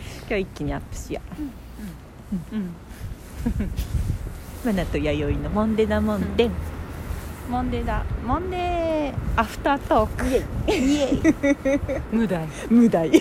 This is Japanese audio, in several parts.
今日一気にアップしよううんマナと弥生のモンデダモンデン、モンデーだモンデーアフタートークイエイ 無題無題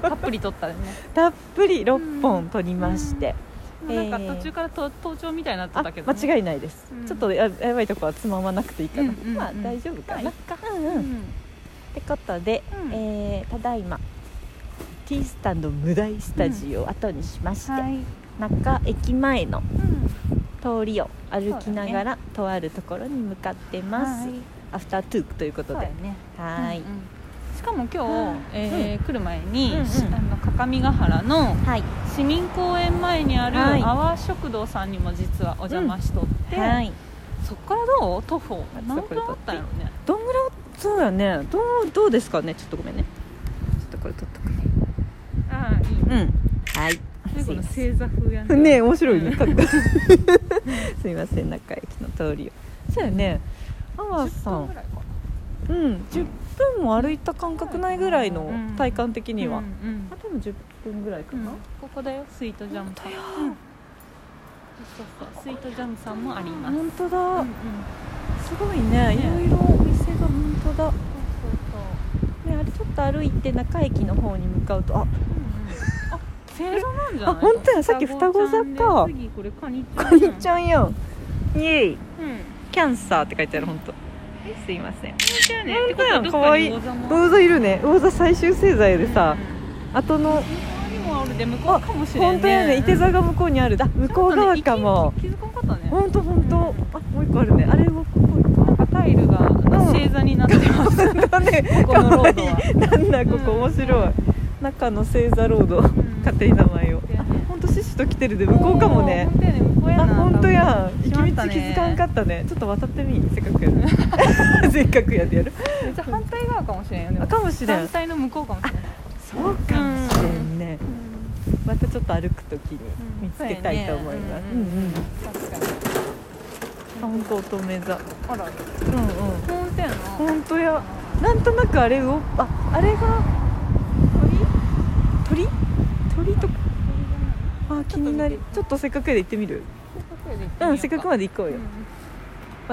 たっぷり撮ったねたっぷり6本取りまして、えーなんか途中からと登場みたいになってあたけど間違いないです、うんちょっとややばいとこはつままなくていいかな、うんうんうんまあ大丈夫まあかいいな、かうんうんってことで、うんえーただいま T スタンド無題スタジオを後にしまして、はい中駅前のうん通りを歩きながら、とあるところに向かってます、はいアフタートゥークということそうでだよねはーい、うんうんしかも今は日い、えー来る前に、うんうんあの各務原のはい市民公園前にあるはい阿波食堂さんにも実はお邪魔しとって、はいそっからどう徒歩あ何分あったんやろねどんぐらいそうだねどうどうですかねちょっとごめんねちょっとこれ取っとくねああいいねうんはい最後のすい正座風やませんね面白いね、 うんかっこすいません中駅の通りをそうやね阿波さ10分ぐんらいかうん10分も歩いた感覚ないぐらいのうん体感的には、うんうんあでも10分ぐらいかうんな、ここだよスイートジャムさん本当やうんそうそうそうスイートジャムさんもあります、本当だ、うんうんすごいねねいろいろお店が本当だ、ね、そうそうそうあれちょっと歩いて中駅の方に向かうとああ、正座なんじゃなあい本当やさっき双子座か次これカニちゃんこんにちゃんゃんやんイエイうんキャンサーって書いてある本当すいません本当やね本当やんってことはどっかにかわいい魚座も魚座いるね魚座最終星座いるさ、後のうん向こうにもあるで向こうかもしれんね本当やねいて座が向こうにあるだ向こう側かもちょっとね気づかんかったね本当本当あもう一個あるねあれはここなんかタイルが正座になって ますこだねこのロードかはわいいなんだここうん面白い中の星座ロード勝手に名前を本当獅子と来てるで向こうかもね本当やね向こうやあな本当やん行きし道ま気ったねづかんかったねちょっと渡ってみせっかくやる せっかくやでやるめっちゃ反対側かもしれんよねあかもしれん反対の向こうかもしれんそうかもしれんねまたちょっと歩くときに見つけたいと思いますうんうんうん確かにあ本当乙女座あらうんうん本当やな本当やなんとなくあれうおああれが鳥鳥鳥とあ気になりちょっとせっかくやで行ってみるうんせっかくまでで行こう行ってみよ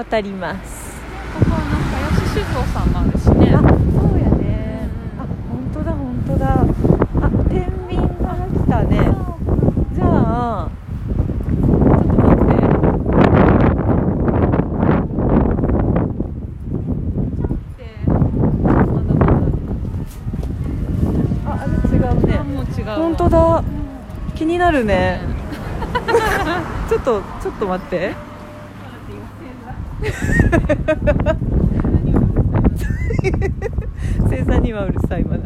ようかうん渡りますここはなんか安酒造さんもあるしねあそうやねあ本当だ本当だあ天秤が来たねじゃあちょっと待ってでまだまああれ違うだあねもう違うわ本当だうん気になるねねちょっとちょっと待って 星座にはうるさいまだ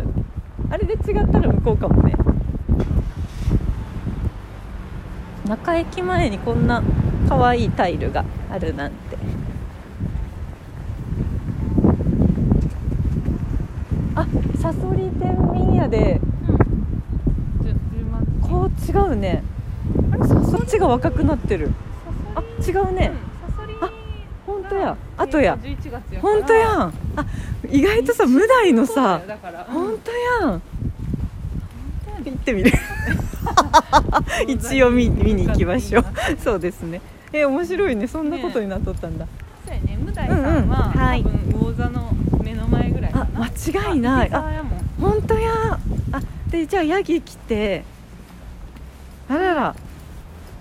あれで違ったら向こうかもね中駅前にこんな可愛いタイルがあるなんてあサソリ天秤屋でうんじゅ10万こう違うねあれサソそっちが若くなってるあサソ違リうねうんサソリあ本当やあとやえー11月やから本当やんあ意外とさ無題のさそうだよだから本当やん行ってみる一応見見に行きましょうそうですねえ面白いねそんなことになっとったんだ、そうやね、無題さんは、うんうんはい多分魚座の目の前ぐらいかあな。間違いないあ、あやもん。本当やあでじゃあヤギ来てあらら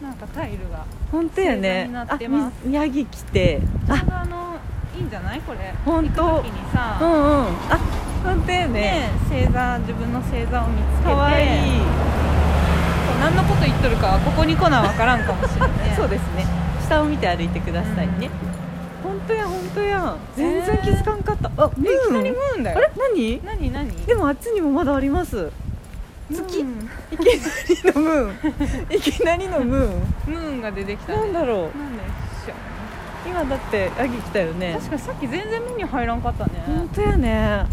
なんかタイルが。本当やね星座になあってますみヤギ来てちょあうどあの、いいんじゃない、これ。本時当にうんうさ、んあ本当やねね、星座、自分の星座を見つけて。可愛いい。そう何のこと言っとるかは、ここに来なわからんかもしれんねそうですね下を見て歩いてくださいね、本当や本当や全然気づかんかった、あムえいきなりームンーンだあよ。れ何何、何。でもあっちにもまだあります月ムーンいきなりのムーンいきなりのムーンムーンが出てきた、ね。なんだろうなんでしょ今だってヤギ来たよね確かにさっき全然目に入らんかったね。本当やね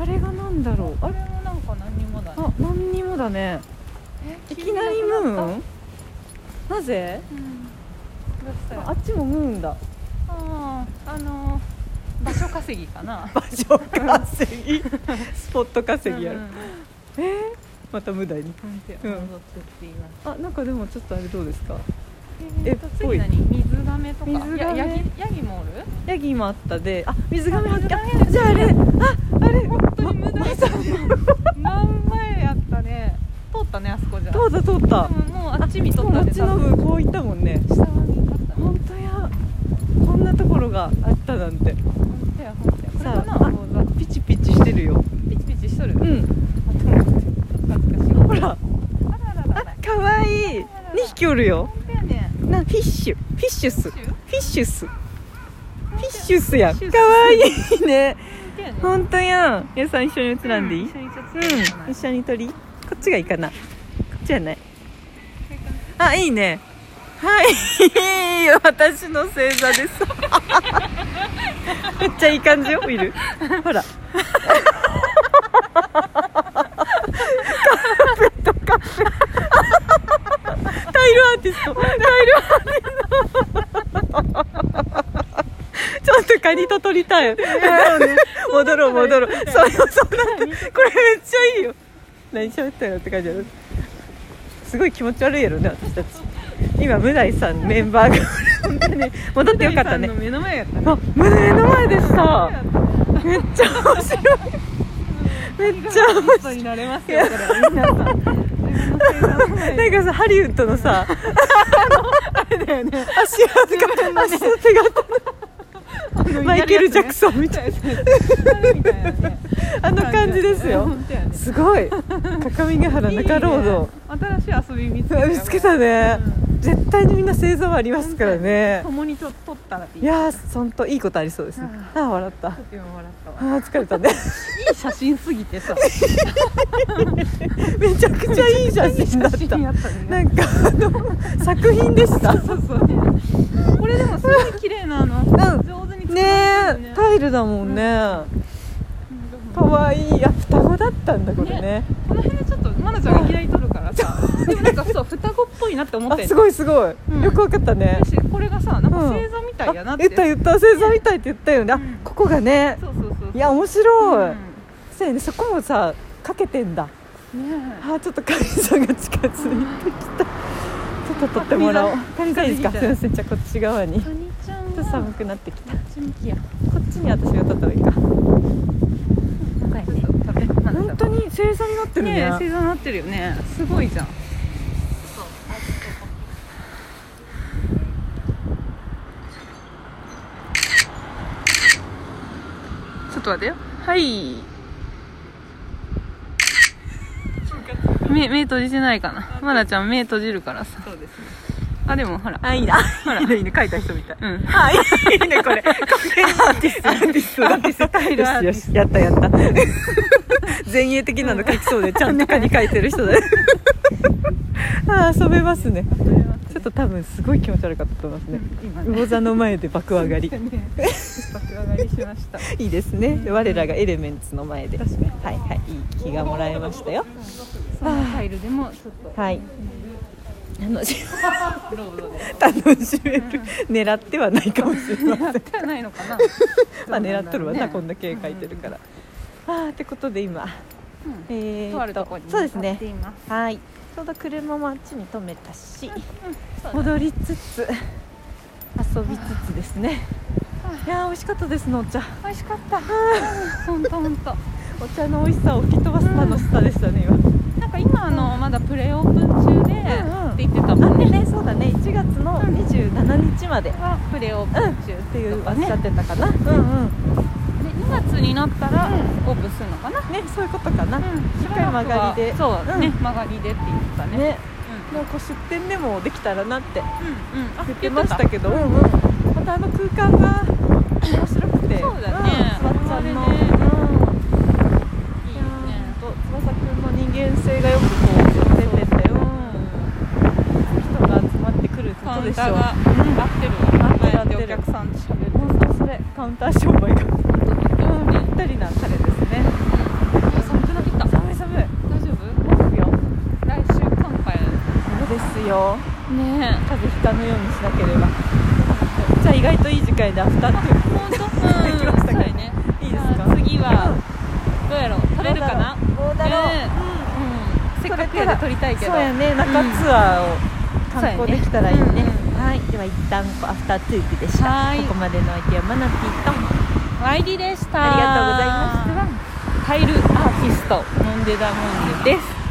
あれがなんだろうああれもなんか何にもだね。あ何にもだねえいきなりム急になくなーっンなぜたうん。どうしたよあっちもムーンだあーあのー場所稼ぎかな場所稼ぎスポット稼ぎやる、うんえーまた無題になんてうん踊ってっています、あなんかでもちょっとあれどうですかええっとぽい次何水ガメとか水ガメやヤギヤギもおるヤギもあったであ水がめあ発水見がめあじゃああれああれ本当に無駄に真前やったね通ったねあそこじゃ通った通ったでももうあっち見とこったっでちの多分分こういったもんね下は見とったね本当やこんなところがあったなんて本当や本当やこれさかなあもうざピチピチしてるよピチピチしとるうんあでも恥ずかしいほらあららららあかわいい2匹おるよ本当やねなフィッシュフィッシュスシフュィ本ッシュスフィッシュスやんフィッシュスかわいいね当やね本当やん皆さん一緒に写らんでいい一緒にちょっとうん、一緒に撮りこっちがいいかなこっちじゃないいかあいいねはい 私の星座ですめっちゃいい感じよいるほらカフェとカフェタイルアーティストタイルアーティストちょっとカニと撮りたい、戻ろう戻ろうそうそうそうなんてこれめっちゃいいよ何喋ったよって感じだすごい気持ち悪いやろね私たち今無題さんメンバーが本当に戻ってよかったね目の前やったねあ無題の前でしためっちゃ面白いめっちゃ面白い人になれますよこれ皆さん自分の性格の前なんかさハリウッドのさ足跡が足の手がマイケル・ジャクソンみたいいなみたいなねなあの感じですよ本当やねすごい各務原中ロードいいね新しい遊び見つけたよ見つけたね絶対にみんな星座はありますからね共にと取ったらっていいいやー本当いいことありそうですねあー笑ったあ今笑ったわー疲れたねいい写真すぎてさめちゃくちゃいい写真だったやったなねんかあの作品でしたそうそうこれでもすごい綺麗なの上手に作ねられてえタイルだもんねうん可愛いいあ双子だったんだこれねねこの辺ちょっとマナちゃんが嫌いとるか らさでもなんかそう双子っぽいなって思っあてすごいすごいうんよくわかったねだしこれがさなんか星座みたいやなあっ言てった言った星座みたいって言ったよねあうんここがねそうそうそういや面白いいそうやねそこもさかけてんだねあーちょっとカリさんが近づいてきたちょっと撮ってもらおうカカリリささんんいいですかカリすいさませんんじゃあこっち側にえちカニちゃんょっとは寒くなってきたこっち向きやこっちに私が撮ったらいいか高いね本本当に星座になってるねねえ星座になってるよねすごいじゃんちょっと待ってよはい目目閉じてないかなまなちゃん目閉じるからさそうですねあでもほら あいいなほらいいねいいね書いた人みたいうんあいいねこれアーティスアーティスアーティスタイルアーティよしよしやったやった前衛的なの書きそうでちゃんとかに書いてる人だ あー遊べますねちょっと多分すごい気持ち悪かったと思いますね今ね魚座の前で爆上がりね爆上がりしました いいですね我らがエレメンツの前で確かにはいはいいい気がもらえましたよそのファイルでもちょっとはい楽しロードで楽しめる狙ってはないかもしれない狙ってはないのかな まあ狙っとるわな、こんなだけ書いてる から。ああってことで今、うんえとあー、るとこにそうですね立っていますはいちょうど車もあっちに止めたしそうだね戻りつつ遊びつつですねいやー美味しかったですのお茶美味しかった本当本当お茶の美味しさを吹き飛ばす楽しさでしたね今、なんか今あのまだプレオープン中でんうんって言ってたもんあでねねそうだね1月の27日までっはプレオープン中ってていいううおかっしゃねってたかな、うんうんで2月になったらうんオープンするのかなねそういうことかな、しばらくは一回曲がりでそうねうん曲がりでって言ってたねねもうこう出店でもできたらなってうんうんうん言あって言まっしてたけど、うんうんまたあの空間が面白くてそうだねうん、つばちゃんの、あうんれねいいいよやねーほんと翼くんの人間性がよくこう出てて、うん、人が集まってくるこカとウでンしターょが合ってるわ合ってる合ってる前でお客さんと喋る本当それカウンター商売が、本当ぴったりな彼ですね寒くなってきた寒い寒い大丈夫オフよ来週乾杯そうですよね風邪ひかぬようにしなければじゃあ意外といい時間でアフタートーえもうちょっとできましたかそうやねいいですかじゃあ次はどうやろう食べるかなどうだろう、ねうんうんせっかくやで撮りたいけどそうやね中うんツアーを観光できたらいいね,、そうやねうんはいでは一旦アフターツークでしたはいここまでのお相手はマナティーとワイリでしたありがとうございましたタイルアーティストモンデダモンデです